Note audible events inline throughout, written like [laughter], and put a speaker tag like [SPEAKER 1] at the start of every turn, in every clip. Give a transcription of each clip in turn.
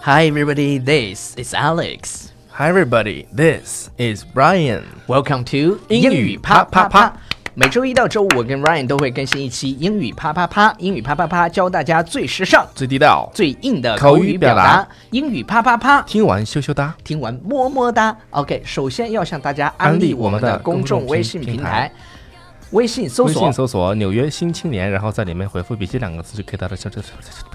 [SPEAKER 1] Hi, everybody. This is Alex.
[SPEAKER 2] Hi everybody, this is Brian。
[SPEAKER 1] Welcome to 英语啪啪啪。每周一到周五，我跟 Ryan 都会更新一期英语啪啪啪。英语啪啪啪，教大家最时尚、
[SPEAKER 2] 最地道，
[SPEAKER 1] 最硬的
[SPEAKER 2] 口
[SPEAKER 1] 口
[SPEAKER 2] 语
[SPEAKER 1] 语表
[SPEAKER 2] 表达
[SPEAKER 1] 达。英语啪啪啪。
[SPEAKER 2] 听完羞羞哒。
[SPEAKER 1] 听完么么哒。OK，首先要向大家安利我们的公众微信平台，微信搜
[SPEAKER 2] 微
[SPEAKER 1] 索
[SPEAKER 2] 信搜索“纽约新青年”，然后在里面回复“笔记”两个字就可以达到消消消消消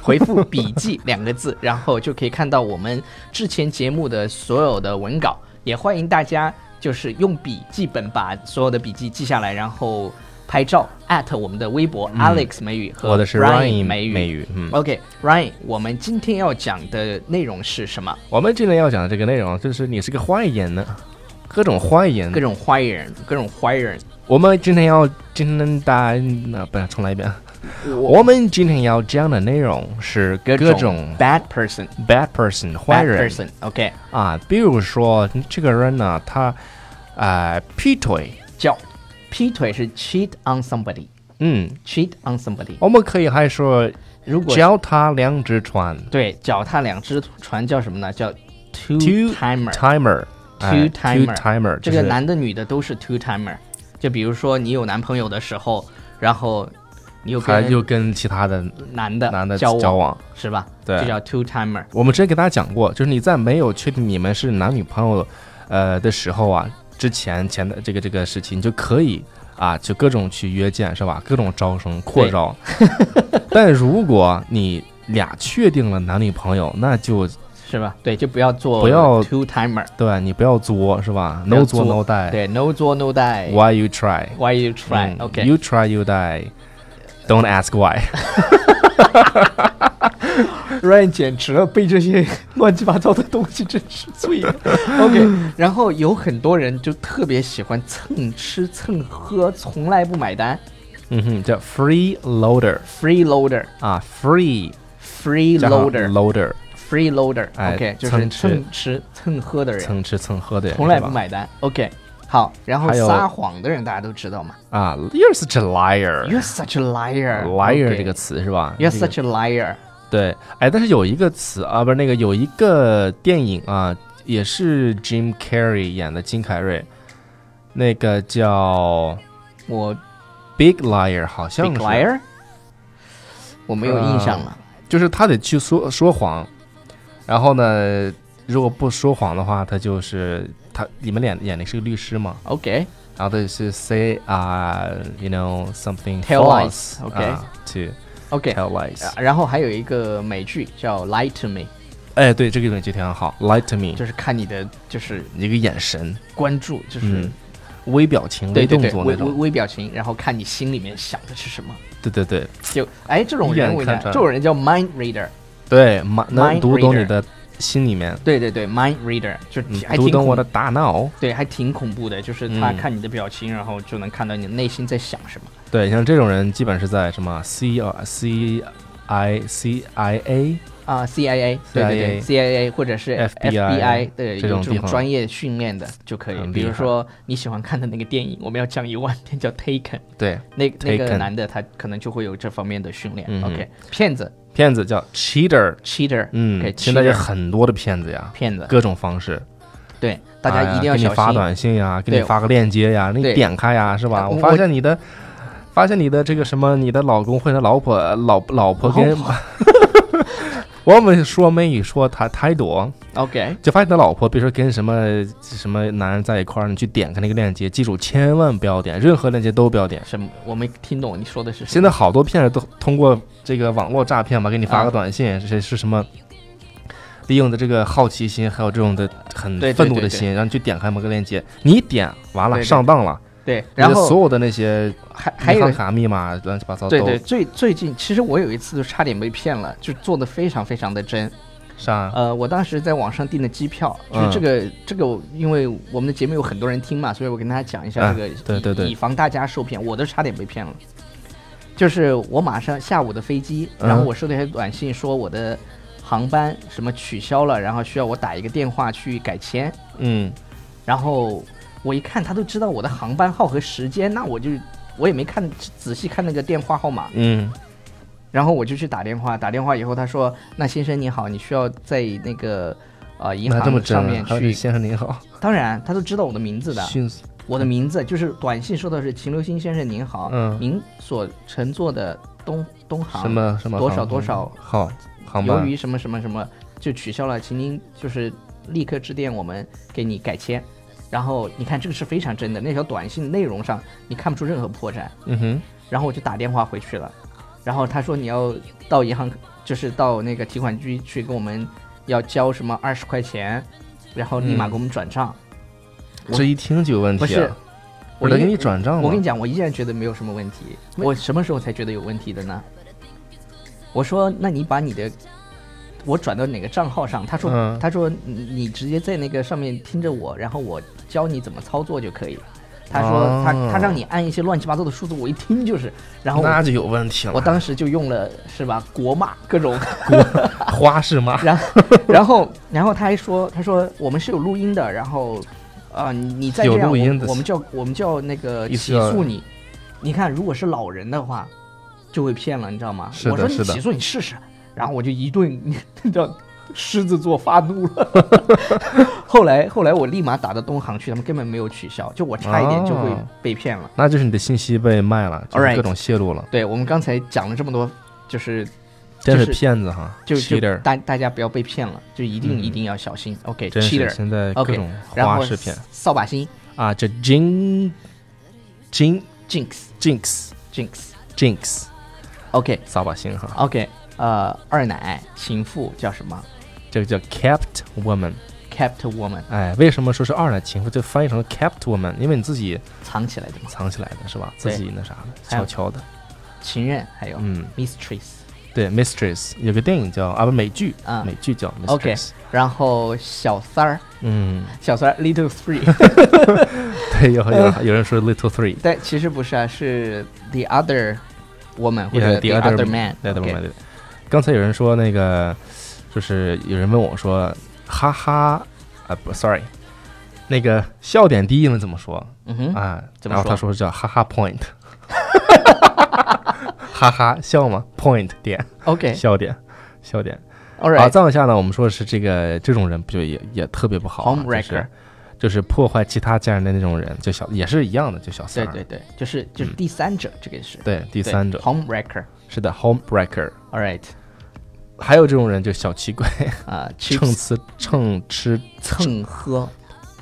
[SPEAKER 1] 回复“笔记”两个字，然后就可以看到我们之前节目的所有的文稿。也欢迎大家就是用笔记本把所有的笔记记下来，然后拍照 at 我们的微博、Alex 美语和
[SPEAKER 2] 嗯我的是
[SPEAKER 1] Ryan
[SPEAKER 2] Ryan
[SPEAKER 1] 美语。
[SPEAKER 2] 美语嗯
[SPEAKER 1] OK，Ryan，、我们今天要讲的内容是什么？
[SPEAKER 2] 我们今天要讲的这个内容就是你是个坏人呢，各种坏人
[SPEAKER 1] 啊各。种坏人，各种坏人。
[SPEAKER 2] 我们今天要今天大那呃不重来一遍。
[SPEAKER 1] 我
[SPEAKER 2] 我们今天要讲的内容是各
[SPEAKER 1] 各
[SPEAKER 2] 种
[SPEAKER 1] bad person，
[SPEAKER 2] bad person 坏人
[SPEAKER 1] person。OK，
[SPEAKER 2] 啊，比如说这个人呢，他啊、呃劈腿，
[SPEAKER 1] 叫劈腿是 cheat on somebody，cheat
[SPEAKER 2] 嗯，
[SPEAKER 1] on somebody。
[SPEAKER 2] 我们可以还说
[SPEAKER 1] 如果
[SPEAKER 2] 脚踏两只船
[SPEAKER 1] 对脚踏两只船叫什么呢？叫 two
[SPEAKER 2] Two
[SPEAKER 1] timer。
[SPEAKER 2] ，timer，哎
[SPEAKER 1] Two timer，
[SPEAKER 2] timer，
[SPEAKER 1] 这个男的女的都是 two timer。就比如说你有男朋友的时候，然后你又
[SPEAKER 2] 还
[SPEAKER 1] 跟
[SPEAKER 2] 又跟其他的
[SPEAKER 1] 男的
[SPEAKER 2] 男的
[SPEAKER 1] 交往
[SPEAKER 2] 往。
[SPEAKER 1] 是吧？
[SPEAKER 2] 对
[SPEAKER 1] 就叫 two timer。
[SPEAKER 2] 我们之前给大家讲过，就是你在没有确定你们是男女朋友，呃的时候啊，之前前的这个这个事情就可以啊，就各种去约见是吧？各种招生扩招。但如果你俩确定了男女朋友，那就是
[SPEAKER 1] 吧？对，就不要做
[SPEAKER 2] 不要
[SPEAKER 1] two timer，
[SPEAKER 2] 对你不要作是吧
[SPEAKER 1] 不要
[SPEAKER 2] ？No
[SPEAKER 1] 作
[SPEAKER 2] 作 no die，Why
[SPEAKER 1] 对，no 做 no die。
[SPEAKER 2] you try？
[SPEAKER 1] 哎 Why you try?
[SPEAKER 2] 嗯
[SPEAKER 1] OK，
[SPEAKER 2] You try, you die. Don't ask why.
[SPEAKER 1] [laughs] Ryan 简直了，被这些乱七八糟的东西真是醉了。OK，然后有很多人就特别喜欢蹭吃蹭喝，从来不买单。
[SPEAKER 2] 嗯
[SPEAKER 1] Mm-hmm,
[SPEAKER 2] 哼，叫 freeloader
[SPEAKER 1] Freeloader，freeloader，freeloader
[SPEAKER 2] 啊，free 加上 loader，
[SPEAKER 1] freeloader，
[SPEAKER 2] 哎
[SPEAKER 1] OK，就是
[SPEAKER 2] 蹭吃
[SPEAKER 1] 蹭吃蹭喝的人，
[SPEAKER 2] 蹭吃蹭喝的人，
[SPEAKER 1] 从来不
[SPEAKER 2] 是吧
[SPEAKER 1] 买单。OK，好，然后
[SPEAKER 2] 还有
[SPEAKER 1] 撒谎的人大家都知道
[SPEAKER 2] [laughs]
[SPEAKER 1] 嘛。
[SPEAKER 2] 啊。You're such a liar.
[SPEAKER 1] You're such a liar。
[SPEAKER 2] [laughs] liar 这个词是吧
[SPEAKER 1] You're
[SPEAKER 2] 这个
[SPEAKER 1] such a liar。
[SPEAKER 2] 对，哎，但是有一个词啊，不是那个有一个电影啊，也是 Jim Carrey 演的，金凯瑞，那个叫
[SPEAKER 1] 我
[SPEAKER 2] Big Liar，好
[SPEAKER 1] big
[SPEAKER 2] 像是
[SPEAKER 1] liar，我没有印象了。
[SPEAKER 2] 就是他得去说说谎，然后呢，如果不说谎的话，他就是他里面演演的是个律师嘛，
[SPEAKER 1] OK，
[SPEAKER 2] 然后他是 say 啊、y o u know something
[SPEAKER 1] Tell
[SPEAKER 2] false,
[SPEAKER 1] lies,
[SPEAKER 2] okay, to
[SPEAKER 1] OK，
[SPEAKER 2] tell lies。
[SPEAKER 1] 呃然后还有一个美剧叫《Lie to Me
[SPEAKER 2] 哎，对，这个美剧挺好，lie to》，me，
[SPEAKER 1] 就是看你的就是
[SPEAKER 2] 一个眼神，
[SPEAKER 1] 关注，就是、
[SPEAKER 2] 嗯微表情、
[SPEAKER 1] 对
[SPEAKER 2] 微
[SPEAKER 1] 对
[SPEAKER 2] 动
[SPEAKER 1] 对，
[SPEAKER 2] 作那
[SPEAKER 1] 微微
[SPEAKER 2] 种，
[SPEAKER 1] 微表情，然后看你心里面想的是什么。
[SPEAKER 2] 对对对
[SPEAKER 1] 就哎，这种
[SPEAKER 2] 一眼
[SPEAKER 1] 人我跟你
[SPEAKER 2] 看
[SPEAKER 1] 讲
[SPEAKER 2] 穿
[SPEAKER 1] 这种人叫 mind reader。
[SPEAKER 2] 对，蛮能
[SPEAKER 1] Mind
[SPEAKER 2] 读懂
[SPEAKER 1] reader
[SPEAKER 2] 你的心里面，
[SPEAKER 1] 对对对，mind reader 就
[SPEAKER 2] 嗯
[SPEAKER 1] 还
[SPEAKER 2] 读
[SPEAKER 1] 挺
[SPEAKER 2] 懂
[SPEAKER 1] 恐
[SPEAKER 2] 我的大脑。
[SPEAKER 1] 对，还挺恐怖的，就是他
[SPEAKER 2] 嗯
[SPEAKER 1] 看你的表情，然后就能看到你内心在想什么。
[SPEAKER 2] 对，像这种人基本是在什么 C R C I C I A
[SPEAKER 1] 啊，CIA，对对对
[SPEAKER 2] CIA
[SPEAKER 1] ，CIA 或者是
[SPEAKER 2] FBI
[SPEAKER 1] 对，
[SPEAKER 2] 这
[SPEAKER 1] 有
[SPEAKER 2] 种
[SPEAKER 1] 这
[SPEAKER 2] 地
[SPEAKER 1] 种
[SPEAKER 2] 方
[SPEAKER 1] 专业训练的就可以。
[SPEAKER 2] 很
[SPEAKER 1] 比如
[SPEAKER 2] 厉害
[SPEAKER 1] 说你喜欢看的那个电影，我们要讲一万遍，叫 Taken，
[SPEAKER 2] 对
[SPEAKER 1] 那那个
[SPEAKER 2] Taken
[SPEAKER 1] 男的他可能就会有这方面的训练。
[SPEAKER 2] 嗯哼
[SPEAKER 1] OK，骗子
[SPEAKER 2] 骗子叫 cheater，
[SPEAKER 1] ，cheater，
[SPEAKER 2] 嗯
[SPEAKER 1] OK，
[SPEAKER 2] 现在有
[SPEAKER 1] cheater
[SPEAKER 2] 很多的骗子呀，
[SPEAKER 1] 骗子，
[SPEAKER 2] 各种方式，
[SPEAKER 1] 对，大
[SPEAKER 2] 哎
[SPEAKER 1] 家
[SPEAKER 2] 呀
[SPEAKER 1] 一定要
[SPEAKER 2] 给你
[SPEAKER 1] 小
[SPEAKER 2] 发
[SPEAKER 1] 心。
[SPEAKER 2] 短信呀，给你
[SPEAKER 1] 对
[SPEAKER 2] 发个链接呀，你
[SPEAKER 1] 对
[SPEAKER 2] 点开呀，是吧？
[SPEAKER 1] 我
[SPEAKER 2] 我发现你的，发现你的这个什么，你的老公或者老婆，老老婆跟
[SPEAKER 1] 老，
[SPEAKER 2] [laughs] 我们说美语说他太多，
[SPEAKER 1] OK，
[SPEAKER 2] 就发现你的老婆，比如说跟什么什么男人在一块儿，你去点开那个链接，记住千万不要点，任何链接都不要点。
[SPEAKER 1] 什么？我没听懂你说的是什
[SPEAKER 2] 现
[SPEAKER 1] 么。
[SPEAKER 2] 在好多骗子都通过这个网络诈骗嘛，给你发个短信，
[SPEAKER 1] 嗯
[SPEAKER 2] 是是什么？利用的这个好奇心，还有这种的很
[SPEAKER 1] 对对
[SPEAKER 2] 愤怒
[SPEAKER 1] 对
[SPEAKER 2] 的
[SPEAKER 1] 对
[SPEAKER 2] 心，让你去点开某个链接，你点完了
[SPEAKER 1] 对对
[SPEAKER 2] 上当了，
[SPEAKER 1] 对，
[SPEAKER 2] 你的
[SPEAKER 1] 然后
[SPEAKER 2] 所有的那些
[SPEAKER 1] 还还
[SPEAKER 2] 银
[SPEAKER 1] 有
[SPEAKER 2] 行卡密码乱七八糟
[SPEAKER 1] 对
[SPEAKER 2] 都
[SPEAKER 1] 对，最最近其实我有一次就差点被骗了，就做的非常非常的真。
[SPEAKER 2] 上，
[SPEAKER 1] 呃，我当时在网上订的机票，就
[SPEAKER 2] 嗯
[SPEAKER 1] 是这个、这个，因为我们的节目有很多人听嘛，所以我跟大家讲一下
[SPEAKER 2] 哎
[SPEAKER 1] 这个以，
[SPEAKER 2] 对对对
[SPEAKER 1] 以防大家受骗，我都差点被骗了。就是我马上下午的飞机，
[SPEAKER 2] 嗯
[SPEAKER 1] 然后我收到一条短信说我的航班什么取消了，然后需要我打一个电话去改签，
[SPEAKER 2] 嗯，
[SPEAKER 1] 然后我一看他都知道我的航班号和时间，那我就我也没看仔细看那个电话号码，
[SPEAKER 2] 嗯，
[SPEAKER 1] 然后我就去打电话，打电话以后他说：“那先生你好，你需要在那个呃银
[SPEAKER 2] 那这么
[SPEAKER 1] 行
[SPEAKER 2] 真
[SPEAKER 1] 上
[SPEAKER 2] 啊，
[SPEAKER 1] 面
[SPEAKER 2] 还是
[SPEAKER 1] 去。
[SPEAKER 2] 先生您好，”
[SPEAKER 1] 当然，他都知道我的名字的，
[SPEAKER 2] 迅速，
[SPEAKER 1] 我的名字就是短信说的是“秦流星先生您好，
[SPEAKER 2] 嗯
[SPEAKER 1] 您所乘坐的东东航
[SPEAKER 2] 什么什么
[SPEAKER 1] 多少
[SPEAKER 2] 航空
[SPEAKER 1] 多少
[SPEAKER 2] 好嗯航
[SPEAKER 1] 由
[SPEAKER 2] 班
[SPEAKER 1] 于什么什么什么就取消了，请您就是立刻致电我们给你改签。”然后你看这个是非常真的，那条短信内容上你看不出任何破绽。
[SPEAKER 2] 嗯哼，
[SPEAKER 1] 然后我就打电话回去了，然后他说你要到银行，就是到那个提款机去给我们要交什么二十块钱，然后立马
[SPEAKER 2] 嗯
[SPEAKER 1] 给我们转账。我
[SPEAKER 2] 这一听就有问题、啊，
[SPEAKER 1] 不是
[SPEAKER 2] 不
[SPEAKER 1] 我
[SPEAKER 2] 是
[SPEAKER 1] 一
[SPEAKER 2] 给你转账吗？
[SPEAKER 1] 我跟你讲，我依然觉得没有什么问题。我什么时候才觉得有问题的呢？我说，那你把你的我转到哪个账号上？他说，
[SPEAKER 2] 嗯
[SPEAKER 1] 他说你你直接在那个上面听着我，然后我教你怎么操作就可以了。他说、
[SPEAKER 2] 哦
[SPEAKER 1] 他他让你按一些乱七八糟的数字，我一听就是，然后我
[SPEAKER 2] 那就有问题了。
[SPEAKER 1] 我当时就用了是吧国骂各
[SPEAKER 2] [laughs]
[SPEAKER 1] 种，
[SPEAKER 2] 花式吗？
[SPEAKER 1] 然后然后然后他还说他说我们是有录音的，然后啊、呃你再这
[SPEAKER 2] 有
[SPEAKER 1] 样
[SPEAKER 2] 录音的
[SPEAKER 1] 我我们就要我们就要那个
[SPEAKER 2] 意思
[SPEAKER 1] 起
[SPEAKER 2] 要
[SPEAKER 1] 诉你。你看如果是老人的话，就会骗了，你知道吗？
[SPEAKER 2] 是的
[SPEAKER 1] 我说你
[SPEAKER 2] 是的
[SPEAKER 1] 起诉你试试，然后我就一顿你知道。狮子座发怒
[SPEAKER 2] [laughs]
[SPEAKER 1] 了，后来后来我立马打到东航去，他们根本没有取消，就我差一点就会
[SPEAKER 2] 哦
[SPEAKER 1] 被骗了。
[SPEAKER 2] 那就是你的信息被卖了，就是
[SPEAKER 1] Alright
[SPEAKER 2] 各种泄露了，
[SPEAKER 1] 对我们刚才讲了这么多，就是
[SPEAKER 2] 真
[SPEAKER 1] 就是
[SPEAKER 2] 是骗子哈
[SPEAKER 1] 就就
[SPEAKER 2] ，cheater，
[SPEAKER 1] 大大家不要被骗了，就一定
[SPEAKER 2] 嗯
[SPEAKER 1] 一定要小心。
[SPEAKER 2] 真是
[SPEAKER 1] OK，cheater，
[SPEAKER 2] 现在各
[SPEAKER 1] OK，
[SPEAKER 2] 种
[SPEAKER 1] 然
[SPEAKER 2] 花
[SPEAKER 1] 后
[SPEAKER 2] 式骗
[SPEAKER 1] 扫把星
[SPEAKER 2] 啊！这 jin jin
[SPEAKER 1] jinx
[SPEAKER 2] jinx
[SPEAKER 1] jinx。
[SPEAKER 2] jinx
[SPEAKER 1] OK
[SPEAKER 2] 扫把星哈，
[SPEAKER 1] OK，呃，二奶情妇叫什么
[SPEAKER 2] 这个叫 kept woman。
[SPEAKER 1] ？Kept woman
[SPEAKER 2] 哎，为什么说是二奶情妇？就翻译成了 kept woman，因为你自己
[SPEAKER 1] 藏起来的嘛，
[SPEAKER 2] 藏起来的是吧？
[SPEAKER 1] 对
[SPEAKER 2] 自己那啥的，
[SPEAKER 1] 还有
[SPEAKER 2] 悄悄的。
[SPEAKER 1] 情人还有
[SPEAKER 2] 嗯，
[SPEAKER 1] mistress，
[SPEAKER 2] 对，mistress 有个电影叫啊不美剧
[SPEAKER 1] 啊，
[SPEAKER 2] 美剧叫
[SPEAKER 1] OK
[SPEAKER 2] mistress。
[SPEAKER 1] 然后小三儿，
[SPEAKER 2] 嗯，
[SPEAKER 1] 小三儿 little
[SPEAKER 2] [laughs]
[SPEAKER 1] three，
[SPEAKER 2] 对，有
[SPEAKER 1] 呃
[SPEAKER 2] 有有人说 little three，
[SPEAKER 1] 但其实不是啊，是 the other woman 或者
[SPEAKER 2] Yeah, the other
[SPEAKER 1] other man。
[SPEAKER 2] 对对对对。刚才有人说那个，就是有人问我说，哈哈，啊不，sorry，那个笑点低英文怎么说
[SPEAKER 1] 嗯哼，
[SPEAKER 2] 啊？
[SPEAKER 1] 怎么
[SPEAKER 2] 然后他说叫哈哈 point，哈哈笑吗？point 点
[SPEAKER 1] OK，
[SPEAKER 2] 笑点笑点。
[SPEAKER 1] all
[SPEAKER 2] 啊，
[SPEAKER 1] 哎 right，
[SPEAKER 2] 再往下呢，我们说的是这个这种人不就也也特别不好啊、就
[SPEAKER 1] Homewrecker
[SPEAKER 2] 是就是破坏其他家人的那种人，就小也是一样的，就小三
[SPEAKER 1] 对
[SPEAKER 2] 儿。
[SPEAKER 1] 对对，就是就是
[SPEAKER 2] 嗯
[SPEAKER 1] 第三者，这个是
[SPEAKER 2] 对第三者
[SPEAKER 1] ，home wrecker，all
[SPEAKER 2] 是的，homebreaker。
[SPEAKER 1] right，
[SPEAKER 2] 还有这种人就小气鬼，
[SPEAKER 1] 啊，去
[SPEAKER 2] 蹭吃蹭吃
[SPEAKER 1] 蹭喝，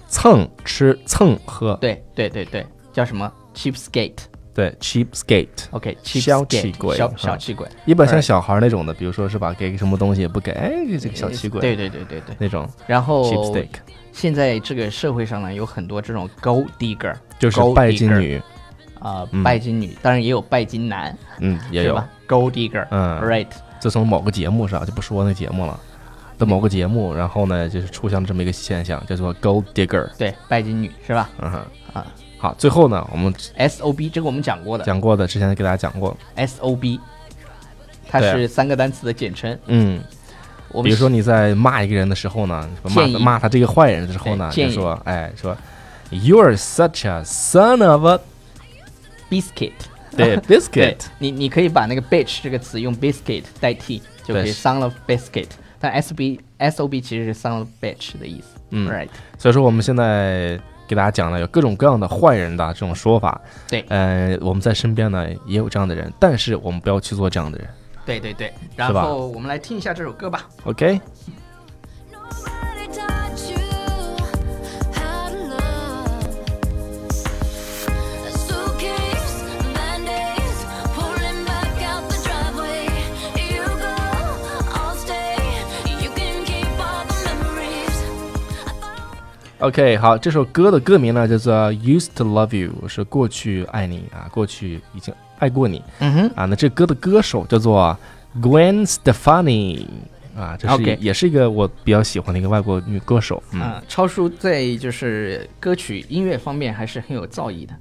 [SPEAKER 2] 蹭吃蹭喝，
[SPEAKER 1] 对对对对，叫什么 cheapskate。
[SPEAKER 2] 对 cheapskate。
[SPEAKER 1] OK，cheap
[SPEAKER 2] 小气鬼
[SPEAKER 1] 小
[SPEAKER 2] 哈
[SPEAKER 1] 小气鬼，
[SPEAKER 2] 一般像
[SPEAKER 1] Alright
[SPEAKER 2] 小孩那种的，比如说是吧，给个什么东西也不给，哎，这个小气鬼，
[SPEAKER 1] 对对对对对。
[SPEAKER 2] 那种
[SPEAKER 1] 然
[SPEAKER 2] 哦
[SPEAKER 1] 后
[SPEAKER 2] cheapskate
[SPEAKER 1] 现在这个社会上呢，有很多这种 gold digger，
[SPEAKER 2] 就是拜金女，
[SPEAKER 1] 啊
[SPEAKER 2] 嗯，
[SPEAKER 1] 拜金女，当然也有拜金男，
[SPEAKER 2] 嗯，也
[SPEAKER 1] 是
[SPEAKER 2] 有
[SPEAKER 1] 吧。gold digger。
[SPEAKER 2] 嗯，
[SPEAKER 1] Right，
[SPEAKER 2] 自从某个节目上就不说那节目了。的某个节目，然后呢，就是出现了这么一个现象，叫做 gold digger。
[SPEAKER 1] 对，拜金女是吧？
[SPEAKER 2] 嗯哼，
[SPEAKER 1] 啊
[SPEAKER 2] 好，最后呢，我们
[SPEAKER 1] ，S O B 这个我们讲过的
[SPEAKER 2] 讲过的，之前给大家讲过，
[SPEAKER 1] ，S O B，它
[SPEAKER 2] 对啊
[SPEAKER 1] 是三个单词的简称。
[SPEAKER 2] 嗯，
[SPEAKER 1] 我们
[SPEAKER 2] 比如说你在骂一个人的时候呢，骂
[SPEAKER 1] 建议
[SPEAKER 2] 骂他这个坏人的时候呢，
[SPEAKER 1] 对建
[SPEAKER 2] 就
[SPEAKER 1] 议
[SPEAKER 2] 说哎说，You are such a son
[SPEAKER 1] [laughs]
[SPEAKER 2] of a
[SPEAKER 1] biscuit，
[SPEAKER 2] 对
[SPEAKER 1] 对
[SPEAKER 2] biscuit，
[SPEAKER 1] 你你可以把那个 bitch 这个词用 biscuit 代替，就可以
[SPEAKER 2] 对
[SPEAKER 1] son of biscuit。但 S B S O B 其实是 son of bitch 的意思。
[SPEAKER 2] 嗯
[SPEAKER 1] Right，
[SPEAKER 2] 所以说我们现在给大家讲了有各种各样的坏人的这种说法，
[SPEAKER 1] 对
[SPEAKER 2] 呃，我们在身边呢也有这样的人，但是我们不要去做这样的人
[SPEAKER 1] 对对对，然
[SPEAKER 2] 吧
[SPEAKER 1] 后我们来听一下这首歌吧。
[SPEAKER 2] ，OK。
[SPEAKER 3] Nobody taught you how to love. Suitcase, band-aids, pulling back out the driveway. You go, I'll stay. You can keep all the memories.
[SPEAKER 2] OK，好，这首歌的歌名呢叫做《Used to Love You》，是过去爱你啊，过去已经爱过你
[SPEAKER 1] 嗯哼，
[SPEAKER 2] 啊。那这歌的歌手叫做 Gwen Stefani 啊，这是
[SPEAKER 1] OK
[SPEAKER 2] 也是一个我比较喜欢的一个外国女
[SPEAKER 1] 啊
[SPEAKER 2] 歌手。嗯，
[SPEAKER 1] 嗯，超叔在就是歌曲音乐方面还是很有造诣的。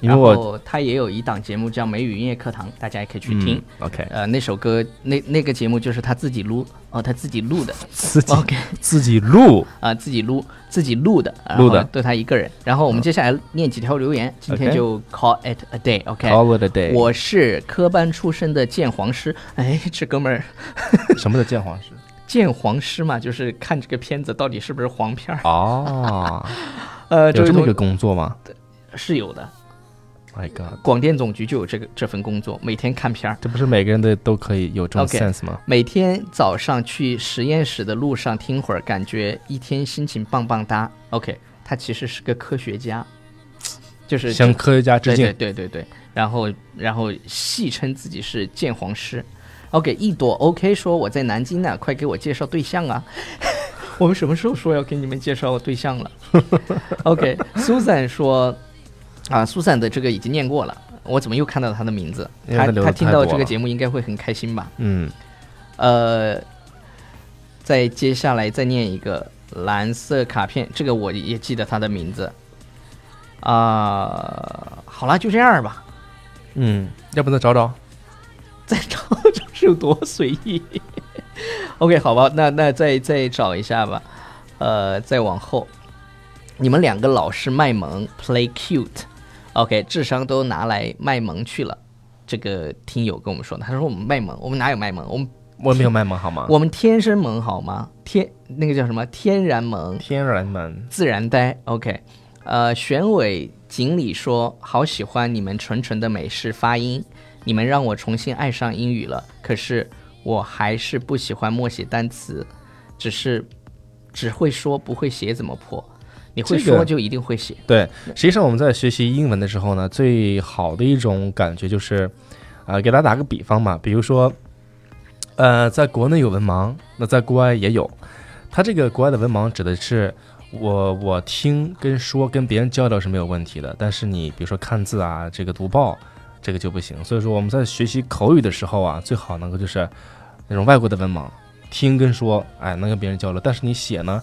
[SPEAKER 2] 因为
[SPEAKER 1] 然
[SPEAKER 2] 我
[SPEAKER 1] 后他也有一档节目叫《美语音乐课堂》，大家也可以去听。
[SPEAKER 2] 嗯 OK
[SPEAKER 1] 呃，那首歌那那个节目就是他自己录哦，他自己录的
[SPEAKER 2] 自己
[SPEAKER 1] OK
[SPEAKER 2] 自己录，
[SPEAKER 1] 啊、自己录自己录的，然
[SPEAKER 2] 录
[SPEAKER 1] 后
[SPEAKER 2] 的嗯
[SPEAKER 1] 对他一个人。然后我们接下来念几条留言，今天
[SPEAKER 2] OK
[SPEAKER 1] 就 call it a day，OK、
[SPEAKER 2] Call it a day
[SPEAKER 1] 我是科班出身的鉴黄师，哎，这哥们儿
[SPEAKER 2] 什么的
[SPEAKER 1] [laughs]
[SPEAKER 2] 鉴黄师？
[SPEAKER 1] 鉴黄师嘛，就是看这个片子到底是不是黄片儿。
[SPEAKER 2] 哦，
[SPEAKER 1] 呃，这
[SPEAKER 2] 有
[SPEAKER 1] 位
[SPEAKER 2] 这么
[SPEAKER 1] 同
[SPEAKER 2] 一个工作吗
[SPEAKER 1] 是有的，
[SPEAKER 2] ？My God，
[SPEAKER 1] 广电总局就有这个这份工作，每天看片儿。
[SPEAKER 2] 这不是每个人的都可以有这种
[SPEAKER 1] OK
[SPEAKER 2] sense 吗？
[SPEAKER 1] 每天早上去实验室的路上听会儿，感觉一天心情棒棒哒。OK，他其实是个科学家，就是
[SPEAKER 2] 向科学家
[SPEAKER 1] 对
[SPEAKER 2] 致
[SPEAKER 1] 对
[SPEAKER 2] 敬。
[SPEAKER 1] 对对对，然后然后戏称自己是鉴黄师。OK，一朵 OK 说我在南京呢，快给我介绍对象啊！ [laughs] 我们什么时候说要给你们介绍对象了 [laughs] ？OK，Susan 说啊，Susan 的这个已经念过了，我怎么又看到她的名字？
[SPEAKER 2] 因为
[SPEAKER 1] 她
[SPEAKER 2] 她留
[SPEAKER 1] 她
[SPEAKER 2] 得
[SPEAKER 1] 听
[SPEAKER 2] 太
[SPEAKER 1] 到
[SPEAKER 2] 多
[SPEAKER 1] 这个
[SPEAKER 2] 了
[SPEAKER 1] 节目应该会很开心吧？
[SPEAKER 2] 嗯，
[SPEAKER 1] 呃，再接下来再念一个蓝色卡片，这个我也记得它的名字。啊、好啦，就这样吧。
[SPEAKER 2] 嗯，要不再找找？
[SPEAKER 1] 再找找是有多随意 [laughs] ？OK，好吧，那那再再找一下吧。呃，再往后，你们两个老是卖萌，play cute，OK，、智商都拿来卖萌去了。这个听友跟我们说的，他说我们卖萌，我们哪有卖萌？我们
[SPEAKER 2] 我没有卖萌好吗？
[SPEAKER 1] 我们天生萌好吗？天那个叫什么？天然萌，
[SPEAKER 2] 天然萌，
[SPEAKER 1] 自然呆。OK，呃，玄伟锦鲤说好喜欢你们纯纯的美式发音，你们让我重新爱上英语了。可是我还是不喜欢默写单词，只是只会说不会写怎么破？你会
[SPEAKER 2] 这个
[SPEAKER 1] 说就一定会写。
[SPEAKER 2] 对，实际上我们在学习英文的时候呢，最好的一种感觉就是，呃，给大家打个比方嘛，比如说，呃，在国内有文盲，那在国外也有。他这个国外的文盲指的是我我听跟说跟别人交流是没有问题的，但是你比如说看字啊，这个读报，这个就不行。所以说我们在学习口语的时候啊，最好能够就是那种外国的文盲，听跟说，哎，能跟别人交流，但是你写呢，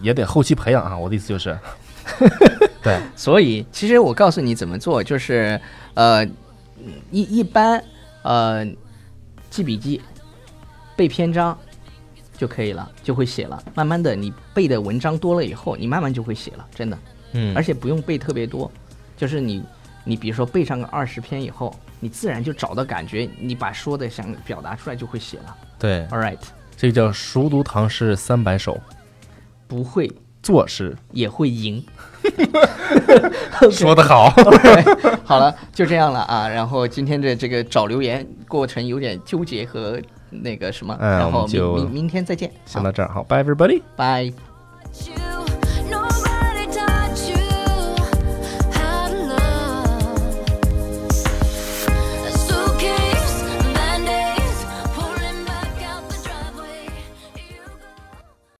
[SPEAKER 2] 也得后期培养啊。我的意思就是，对，
[SPEAKER 1] 所以，其实我告诉你怎么做，就是，呃，一一般，呃，记笔记，背篇章就可以了，就会写了。慢慢的，你背的文章多了以后，你慢慢就会写了，真的。
[SPEAKER 2] 嗯
[SPEAKER 1] 而且不用背特别多，就是你，你比如说背上个二十篇以后，你自然就找到感觉，你把说的想表达出来就会写了。
[SPEAKER 2] 对，
[SPEAKER 1] All right，
[SPEAKER 2] 这个叫熟读唐诗三百首，
[SPEAKER 1] 不会
[SPEAKER 2] 作诗
[SPEAKER 1] 也会赢。 [laughs]
[SPEAKER 2] 说得好。 [laughs]
[SPEAKER 1] [laughs] 好了，就这样了啊。然后今天的这个找留言过程有点纠结和那个什么，
[SPEAKER 2] 嗯
[SPEAKER 1] 然
[SPEAKER 2] 我
[SPEAKER 1] 后
[SPEAKER 2] 们
[SPEAKER 1] 明
[SPEAKER 2] 就
[SPEAKER 1] 明明天再见，
[SPEAKER 2] 行到这儿，好，拜 everybody。
[SPEAKER 1] 拜。
[SPEAKER 3] You